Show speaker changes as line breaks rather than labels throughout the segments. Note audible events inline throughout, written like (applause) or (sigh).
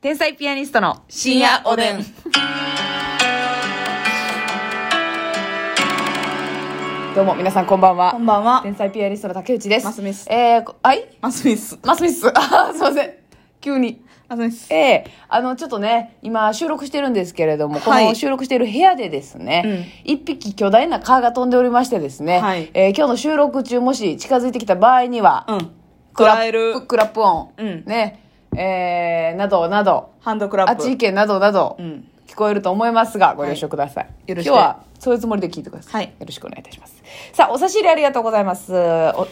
天才ピアニストの
深夜おでん。
どうも皆さんこんばんは
こんばんは。
天才ピアニストの竹内です
マスミス
えーこはい
マスミス。
マスミス (laughs) あーすいません急に
マスミス。
ええあの、ちょっとね、今収録してるんですけれども、
はい
この収録してる部屋でですね、一、匹巨大な蚊が飛んでおりましてですね、
はい
えー今日の収録中もし近づいてきた場合には、
うん。
ク
ク
ラ
ラエ
ップ、
ル、
クラップ音、
うん
ね、えー、などなど、
ハンドクラ
あ
ッ
っ
プ。
ち意見などなど、
うん
聞こえると思いますが、ご了承ください。
よろしく
今日は、そういうつもりで聞いてください。
はい
よろしくお願いいたします。さあ、お差し入れありがとうございます。お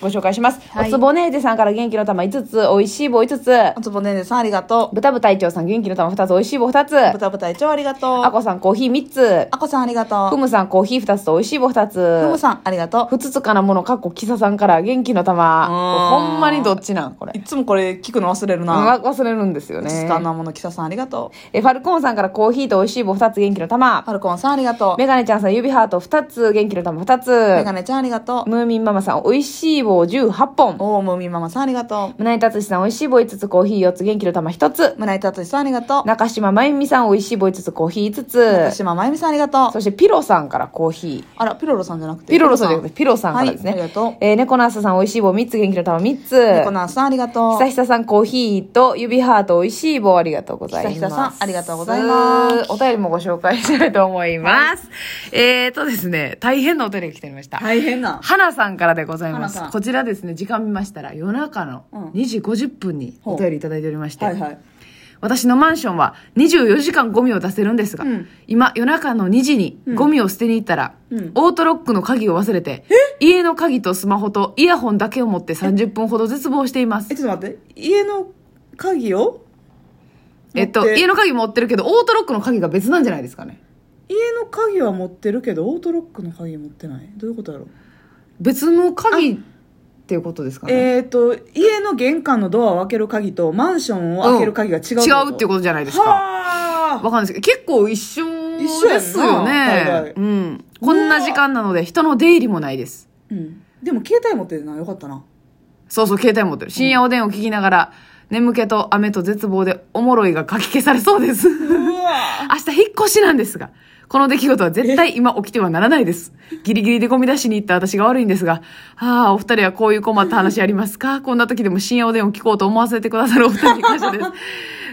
ご紹介します。
はい
おつぼねーてさんから元気の玉5つ、おいしい棒5つ、
おつぼねねさんありがと
ぶたぶ隊長さん元気の玉2つ、おいしい棒2つ、
う。ぶたぶた一応ありがとう。
あこさんコーヒー3つ、
あこさんありがとう。
ふむさんコーヒー2つとおいしい棒2つ、
ふむさんありがと
ふつつかなもの、かっこきささんから元気の玉。
う
こ
ーん
れほんまにどっちなんこれ
う。い。つもこれ聞くの忘れるな。
わ忘れるんですよね。
ね、スカなものきささんありがと
え、ファルコーンさんからコーヒーとおいしい棒2つ元気の
う。
玉。
はるこんさんありがとう。
メガネちゃんさん指ハート2つ、元気の玉2つ。
メガネちゃんありがとう。
ムーミンママさん、美味しい棒18本。
おーむみママさんありがと
胸井達志さん、美味しい棒5つ、コーヒー4つ、元気の玉1つ
う。。むないたとしさんありがとう。
中島まゆみさん、美味しい棒5つ、コーヒー5
中
つ。
島まゆみさんありがとう
そ。してピロさんからコーヒー。
あら、ピロロさんじゃなくて。
ピロロさんじゃなくて、ピロさんからですね。
はい、ありがとう。
えー、猫ナースさん、美味しい棒3つ、元気の玉3つ。
猫ナースさんありがとう。
ひさひささん、コーヒーと指ハート、美味しい棒、ありがとうございます。
ひさひささんありがとうございます。
お便りもご紹介したいと思います。えーとですね、大変なお便りが来ておりました。
大変な。
花さんからでございます
花さん
こちらですね時間見ましたら夜中の
うん
2時50分に
ほう
お便りいただいておりまして、
はいはい。
私のマンションは24時間ゴミを出せるんですが、
うん
今夜中の2時にゴミを捨てに行ったら、
うん
オートロックの鍵を忘れて家の鍵とスマホとイヤホンだけを持って30分ほど絶望しています
え、ちょっと待って。家の鍵を
えっと
持って
家の鍵持ってるけどオートロックの鍵が別なんじゃないですかね
家の鍵は持ってるけどオートロックの鍵持ってないどういうことやろう
別の鍵っていうことですかね、
えっ、と家の玄関のドアを開ける鍵とマンションを開ける鍵が違うってこ
違
と、
うっていう
こ
ことじゃないですか
は
わ
あ
かんないですけど、結構一緒ですよ
一緒やんな大
ね
概。
うん。こんな時間なので、人の出入りもないです。
うん、でも携帯持ってるなよかったな
そうそう、携帯持ってる。深夜おでんを聞きながら、眠気と雨と絶望でおもろいがかき消されそうです。
うわ
(laughs) 明日引っ越しなんですが、この出来事は絶対今起きてはならないです。ギリギリでゴミ出しに行った私が悪いんですが、ああ、お二人はこういう困った話ありますかこんな時でも深夜おでんを聞こうと思わせてくださるお二人に感謝です。
(laughs)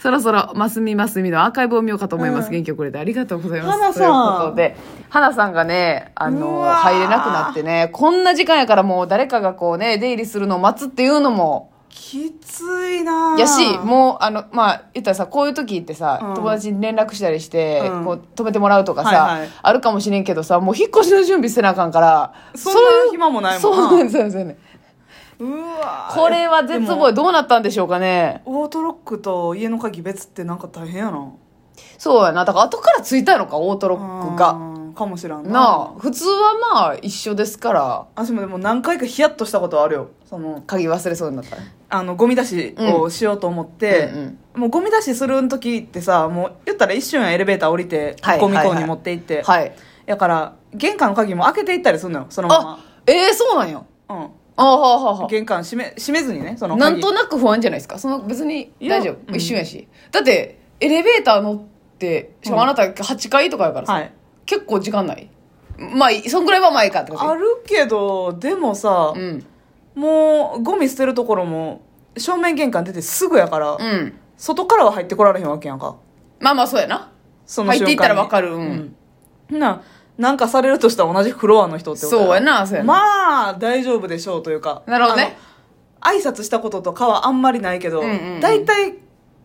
そろそろ、ますみますみのアーカイブを見ようかと思います。
うん
元気をくれてありがとうございます。
花さ
と
ん
いうことで、花さんがね、あ
う
の、
わー
入れなくなってね、こんな時間やからもう誰かがこうね、出入りするのを待つっていうのも、
きついな
やし、もう、あの、まあ、言ったらさ、こういう時ってさ、
うん
友達に連絡したりして、
うん
こう、止めてもらうとかさ、
はいはい
あるかもしれんけどさ、もう引っ越しの準備せなあかんから、
そん
うい
な
う
暇もないもんな
そうなんですよね。
うわ
これは絶望
でも
どうなったんでしょうかね。
オートロックと家の鍵別ってなんか大変やな
そうやな。だから後からついたのか、オートロックが。
うんかもしらん
なあ、普通はまあ一緒ですから、
私もでも何回かヒヤッとしたことはあるよその
鍵忘れそうになったら。
あのゴミ出しをしようと思って、
うんうん
もうゴミ出しする時ってさもう言ったら一瞬やエレベーター降りて、
はい
ゴミ箱に持って行って、
はい。
やから玄関の鍵も開けていったりするのよその
あ
ま、
ええそうなんや。
ま、
ああ、はあはあは
う
あ
ん、。玄関閉め閉めずにねその
なん
鍵
となく不安じゃないですかその別に
いや
大丈夫、
うん
一瞬やしだってエレベーター乗ってしかもあなた8階とかやからさ、
はい
結構時間ないまあいいそんぐらいは前かってこと
あるけどでもさ、
うん
もうゴミ捨てるところも正面玄関出てすぐやから、
うん
外からは入ってこられへんわけやんか
まあまあそうやな
その
入
瞬間
っていっ
に
たらわかるう
うんん、ななんかされるとしたら同じフロアの人ってこと
そうやなそうやな、
まあ大丈夫でしょうというか
なるほどね
あの挨拶したこととかはあんまりないけど
うんうんうん
大体、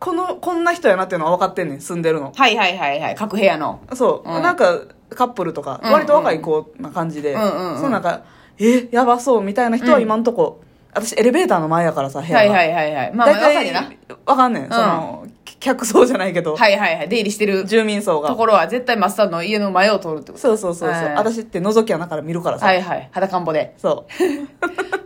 このこんな人やなっていうのは分かってんねん住んでるの
はいはいはいはい各部屋の
そう、
うん
なんかカップルとか
うんうん
割と若い子な感じで、
うんうんうん
そうなんかえやばそうみたいな人は今んとこ、私エレベーターの前やからさ部屋
はい
が
はいはいはいまあまあ
大
分かる
体、
な
分かんねん、その客層じゃないけど、
はいはいはい出入りしてる
住民層
と
が
ころは絶対マスターの家の前を通るってこと
そうそうそうそう、
はい
私って覗き穴から見るからさ、
はいはい裸んぼで
そう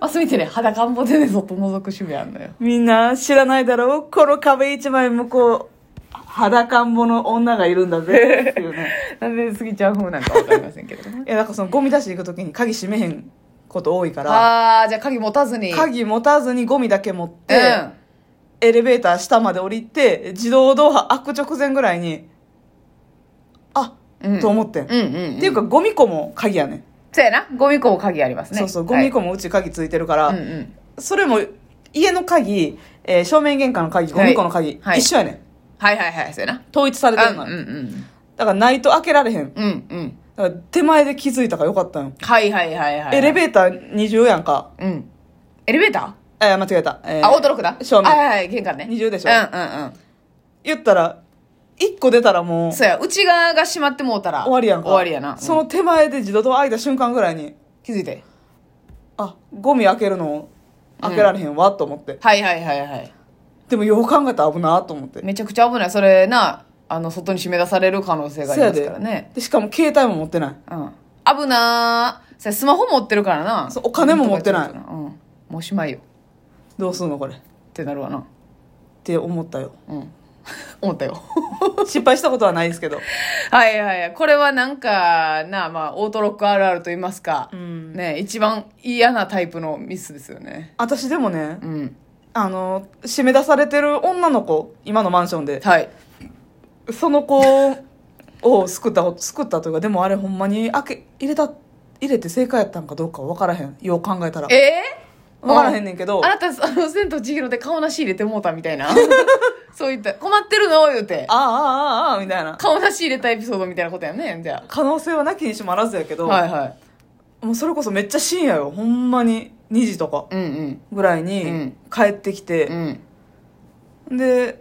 あそう見てね裸んぼでね外覗く趣味あんのよ
みんな知らないだろうこの壁一枚向こう、裸んぼの女がいるんだ
(laughs)
ぜ。っていうね。
(laughs) なんで杉ちゃん風なんかわかりませんけれ (laughs) ども
いや、なんかそのゴミ出し行くときに鍵閉めへんこと多いから、
ああーじゃあ鍵持たずに
鍵持たずにゴミだけ持って、
うん、
エエレベーター下まで降りて、自動ドア開く直前ぐらいに、あ、
うん
と思って
う
ん。
んうん、うん。
っていうか、ゴミ庫も鍵やねん。
そうやな。ゴミ箱も鍵ありますね。
そうそう、ゴミ
庫。
庫もうち鍵ついてるから、
うんうん。
それも、家の鍵、えー正面玄関の鍵、ゴミ庫の鍵、
はい
一緒やねん。
はいはいはい、そうやな。
統一されて
あ
る
うん
の
う
よ。
ん。
だからないと開けられへん。
うんうん。
だから手前で気づいたからよかったよ。
はいはいはいはい。
エレベーター20やんか。
うん。エレベータ
えー、間違えた。え
ー
ー
あ、オートロックだ。
正面
はいはいはい、玄関ね。
20でしょ
うんうんうん。
言ったら、1個出たらもう、
そうや、内側が閉まってもうたら。
終わりやんか。
終わりやな。
その手前で自動ドア開いた瞬間ぐらいに、
気づいて。
あ、ゴミ開けるの、開けられへんわ、と思って。
はいはいはいはい。
でもよう考えたら危な、と思って。
めちゃくちゃ危ない。それな、あの、外に締め出される可能性がありますからね。
で、しかも携帯も持ってない。
うん。危なー。それスマホ持ってるからな。
そうお金も持ってない
うん。もうおしまいよ。
どうすんのこれ。っ
ってなるわな。
て思った
(laughs)
よ。
うん。思ったよ。
失敗したことはないですけど。
はいはいはい。これはなんか、なあ、まあ、オートロックあるあると言いますか。
ん
ね、一番嫌なタイプのミスですよね。
私でもね、
うん。
あの、締め出されてる女の子、今のマンションで、
はい。
その子を救ったこと、救ったというか、でもあれほんまに開け、入れた、入れて正解やったんかどうか分からへん。よう考えたら。
ええ
分からへんねんけど
あ、なた、あの、千と千尋で顔なし入れてもうたみたいな。 (laughs) そういった、困ってるの言うて。
ああああああみたいな。
顔なし入れたエピソードみたいなことやんね、じゃ
可能性はなきにしもあらずやけ
あ。
ど、
はいはい。
もうそれこそめっちゃ深夜よ。ほんまに2時とか
うんうん。
ぐらいうに
ん
帰ってき
う
て、
ん。
で、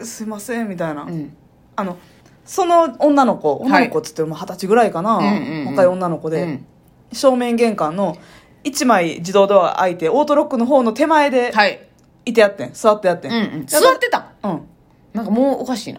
すいません、みたいな。
うん。
あの、その女の子、
い
女の子っつっても二十歳ぐらいかな、
うんうんうん
若い女の子で、
うん
正面玄関の1枚自動ドア開いて、オートロックの方の手前で
はい。
いてやってん、座ってやって。
うんんうん。座ってたん
うん。
なんかもうおかしいな。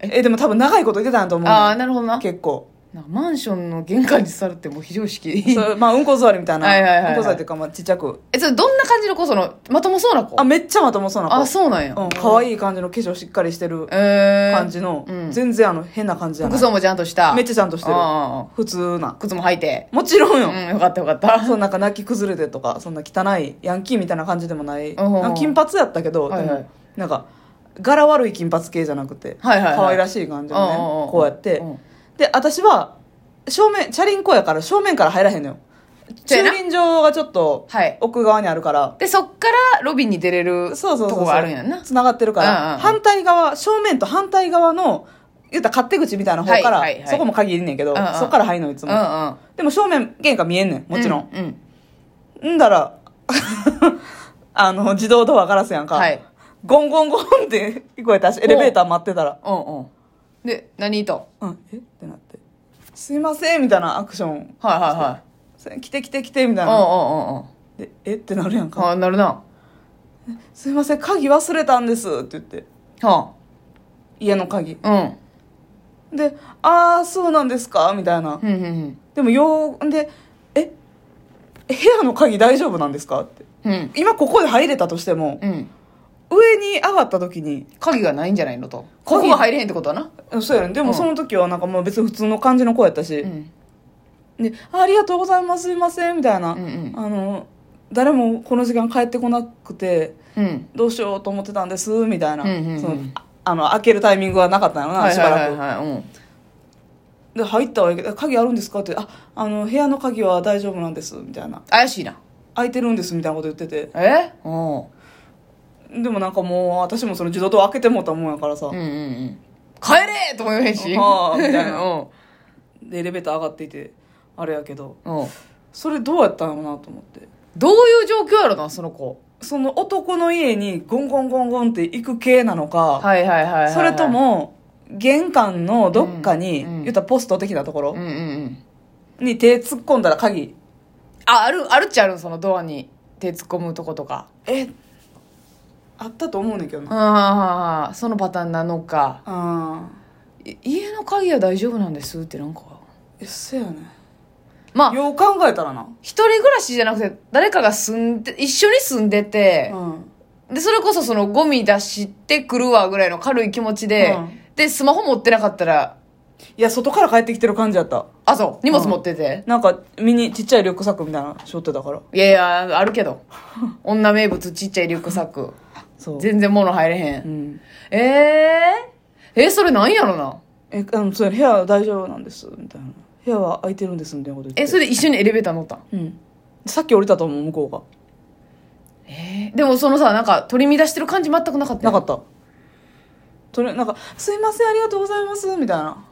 え、でも多分長いこといてたんやと思うねん。
ああ、なるほどな。
結構。
なんかマンションの玄関に座るってもう非常識。
そうまあ、うんこ座りみたいな。
はいはいはいはい
うんこ座りっていうか、まあ、ちっちゃく。
え、それどんな感じの子その、まともそうな子
あ、めっちゃまともそうな子。
あそうなんや。
うん、可愛い感じの化粧しっかりしてる
えー、
感じの、
うん
全然あの変な感じじゃな
服
い。
装もちゃんとした。
めっちゃちゃんとしてる。
あ
普通な
あ。靴も履いて。
もちろん
う
よ。
ん、よかったよかった。
(laughs) そうなんか泣き崩れてとかそんな汚いヤンキーみたいな感じでもない
うんうんうん
なんか金髪やったけど、
はいはい
でもなんか柄悪い金髪系じゃなくて、
はいはいはい
可愛らしい感じのね
うんうんうん
こうやって、
うん
で私は正面チャリンコやから正面から入らへんのよ
そうやな
駐輪場がちょっと
はい
奥側にあるから、
で、そっからロビーに出れる
そうそうそうそう
とこがあるんやんな。
つながってるか
うんうんう
ら
ん
反対側正面と反対側の言ったら勝手口みたいな方から、
はいはいはい
そこも鍵いんねんけど、
うんうん
そっから入んのいつ
うん
も、
うん。
でも正面玄関見えんねんもちろん、
うん。うん
んだら、 (laughs) あの、自動ドアガラスやんか。
はい
ゴンゴンゴンって聞こえたし、エレベーター待ってたら、
うんうん。で、何と
うん、えってなって。すいませんみたいなアクション。
はいは
せ来て来て来てみた
いはい。
いう
んうん
な。
うんうん。
でえってなるやんか。
はあ、なるな。
すいません、鍵忘れたんですって言って。
は
家の鍵。
あ。うん。
で、あー、そうなんですかみたいな。
うんうん
でも、よう、んで、え、部屋の鍵大丈夫なんですかって。
うん。うん。
今ここで入れたとしても、
うん。
上に上がった時に、
鍵がないんじゃないのと。
鍵
ここが入れへんってことはな。
うんそうやねんで
う
も
ん
その時はなんかもう別に普通の感じの子やったし、
うん。
であありがとうございますすいませんみたいな、
うんうん
あの誰もこの時間帰ってこなくて
うん。
どうしようと思ってたんですみたいな、
うんうんうん
そのああの開けるタイミングはなかったのよな、
はい
しば
は
らく、
いはいはい。うん。
で入ったわけで鍵あるんですか?」って「ああの部屋の鍵は大丈夫なんです」みたいな
怪しいな。
「開いてるんです」みたいなこと言ってて
えうん。
でもなんかもう私もその自動ドア開けてもうたもんやからさ、
うんうんうん。帰れとも言えへんし。
はあみたいな
(laughs) うん。
でエレベーター上がっていてあれやけど
うん。
それどうやったのかなと思って。
どういう状況やろな、その子。
その男の家にゴンゴンゴンゴンって行く系なのか、
はいはいはいはいはい。
それと、も、玄関のどっかに、
うんうん
言ったらポスト的なとこ
うん
ろ
うんうん。
に手突っ込んだら鍵、
あ、ある、あるっちゃあるそのドアに手突っ込むとことか。
え、あったと思うねんけどな。
ああ、そのパターンなのか。
あ
い家の鍵は大丈夫なんですってなんか。
ーえ、そやね。
まあ、
よう考えたらな。
一人暮らしじゃなくて、誰かが住んで、一緒に住んでて
う、ん。
で、それこそそのゴミ出してくるわぐらいの軽い気持ちで、
うん
で、スマホ持ってなかったら、
いや、外から帰ってきてる感じやった。
あ、そう、荷物持ってて。
なんか、ミニ、ちっちゃいリュックサックみたいなの背負ってたから。
いやいや、あるけど。女名物ちっちゃいリュックサック。
そう
全然物入れへ。
うんん
えええ、それなんやろな。
えあのそれ部屋大丈夫なんですみたいな部屋は空いてるんですみたいなこと言って
え、それで一緒にエレベーター乗ったん
うんさっき降りたと思う向こうが
えーでもそのさ、なんか取り乱してる感じ全くなかった
な
よ
かったとりなんか「すいませんありがとうございます」みたいな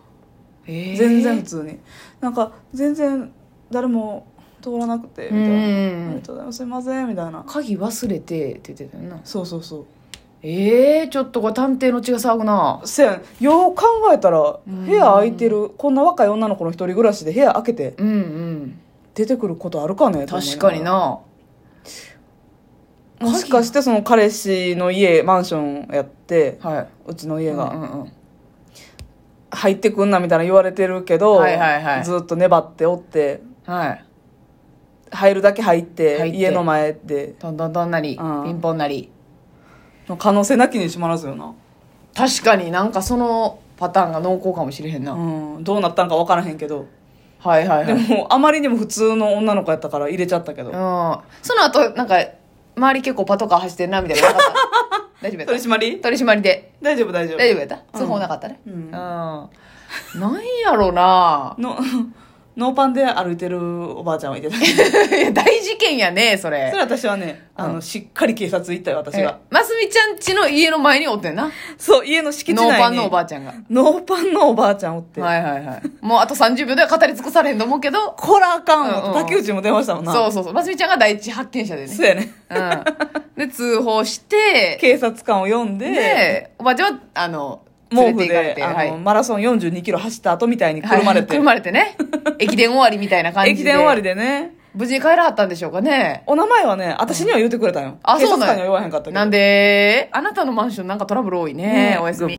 えー
全然普通になんか全然誰も通らなくて
う
みたいな「ありが
ん。
とうございますすいません」みたいな
鍵忘れてって言ってたよな。
そうそうそう
ええちょっとこれ探偵の血が騒ぐな。
せやんよう考えたら
うん
部屋空いてるこんな若い女の子の一人暮らしで部屋開けて
うんうん。
出てくることあるかねと思い
確
がら
かにな。
もしかしてその彼氏の家マンションやって
は
うちの
い。
家が、
うんうんうん。
入ってくんなみたいな言われてるけど、
はいはいはい
ずっと粘っておって
はい。
入るだけ入って
入って
家の前で
トントントンなり、
うん
ピンポンなり。
可能性なきにしもあらずよな、
確かになんかそのパターンが濃厚かもしれへんな。
うん、どうなったんか分からへんけど
はいはいはい。
で
うん。
もあまりにも普通の女の子やったから入れちゃったけど
その後、なんか、周り結構パトカー走ってんな、みたいなの
(laughs)
なかった。大丈夫やった
取り締まり
取り締まりで。
大丈夫大丈夫
大丈夫やった
うん
通報なかったね。
うん
うん。なんやろな (laughs)
の (laughs) ノーパンで歩いてるおばあちゃんはいてたそ
いや大事件やね、それ。
れ私はねあの、
うん
しっかり警察行ったよ私が
えますみちゃん家の家の前におってんな。
そう家の敷地内
ノ
に
ーパンのおばあちゃんが。
ノーパンのおばあちゃんおって、
はいはいはい。もうあと30秒では語り尽くされへんと思うけど、
こらあかんわ、
うんうん
竹内も出ましたもんな
そうそうそう。ますみちゃんが第一発見者でね。
そうやね
うん。で、通報して、
警察官を呼んで
で、おばあちゃんは、あの、
毛
連
布
れて行かれ
で、
て、
あの
はい。
マラソン42キロ走った後みたいにくるまれ
はい
て、
くるまれて
(laughs)
ね。駅伝終わりみたいな感じで。
駅伝終わり
で。
でね
無事に帰らはったんでしょうかね。
お名前はね私には言うてくれたんよ、
あ、
警
そ
察
うなん
官には
や
言わへんかったけど
なんで、あなたのマンションなんかトラブル多いね。
ね
おやすみ。